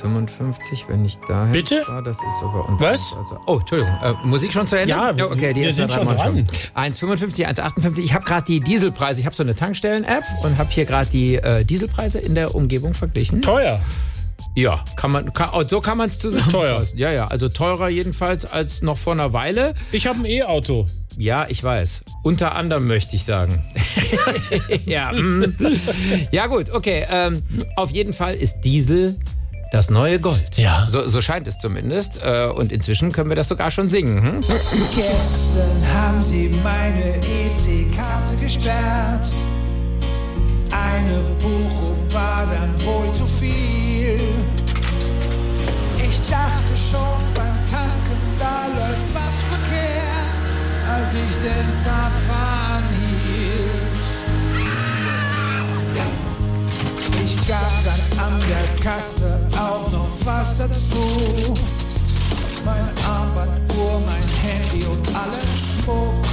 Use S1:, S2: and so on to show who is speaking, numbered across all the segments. S1: 1,55, wenn ich daher
S2: Bitte?
S1: war. Das ist aber unter
S2: Was?
S1: uns, Also, oh, Entschuldigung. Äh, Musik schon zu Ende?
S2: Ja,
S1: Ja, okay, die
S2: wir
S1: ist
S2: sind
S1: da
S2: schon
S1: dran.
S2: dran.
S1: 1,55, 1,58. Ich habe gerade die Dieselpreise. Ich habe so eine Tankstellen-App und habe hier gerade die äh, Dieselpreise in der Umgebung verglichen.
S2: Teuer.
S1: Ja, kann man, kann, oh, so kann man es zusammenfassen.
S2: Ist
S1: Ja, ja, also teurer jedenfalls als noch vor einer Weile.
S2: Ich habe ein E-Auto.
S1: Ja, ich weiß. Unter anderem möchte ich sagen. ja, mm. ja, gut, okay. Ähm, auf jeden Fall ist Diesel das neue Gold.
S2: Ja.
S1: So, so scheint es zumindest. Äh, und inzwischen können wir das sogar schon singen. Hm?
S3: Gestern haben sie meine EC-Karte gesperrt. Eine Buchung war dann wohl zu viel. Ich dachte schon beim Tanken, da läuft was verkehrt, als ich den Zapfhahn hielt. Ich gab dann an der Kasse auch noch was dazu mein Armband, Uhr, mein Handy und allen Schmuck.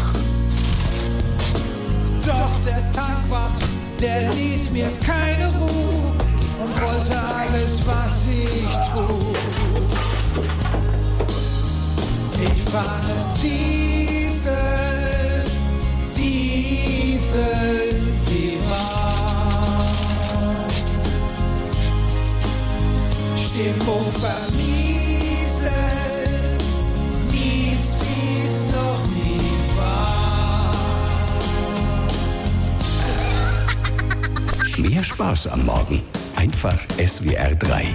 S3: Doch der Tankwart, der ließ mir keine Ruhe und wollte alles, was ich trug. Ich fahre Diesel, Diesel, Viva. Stimmung vermieselt, mies wie's noch nie war.
S4: Mehr Spaß am Morgen. Einfach SWR 3.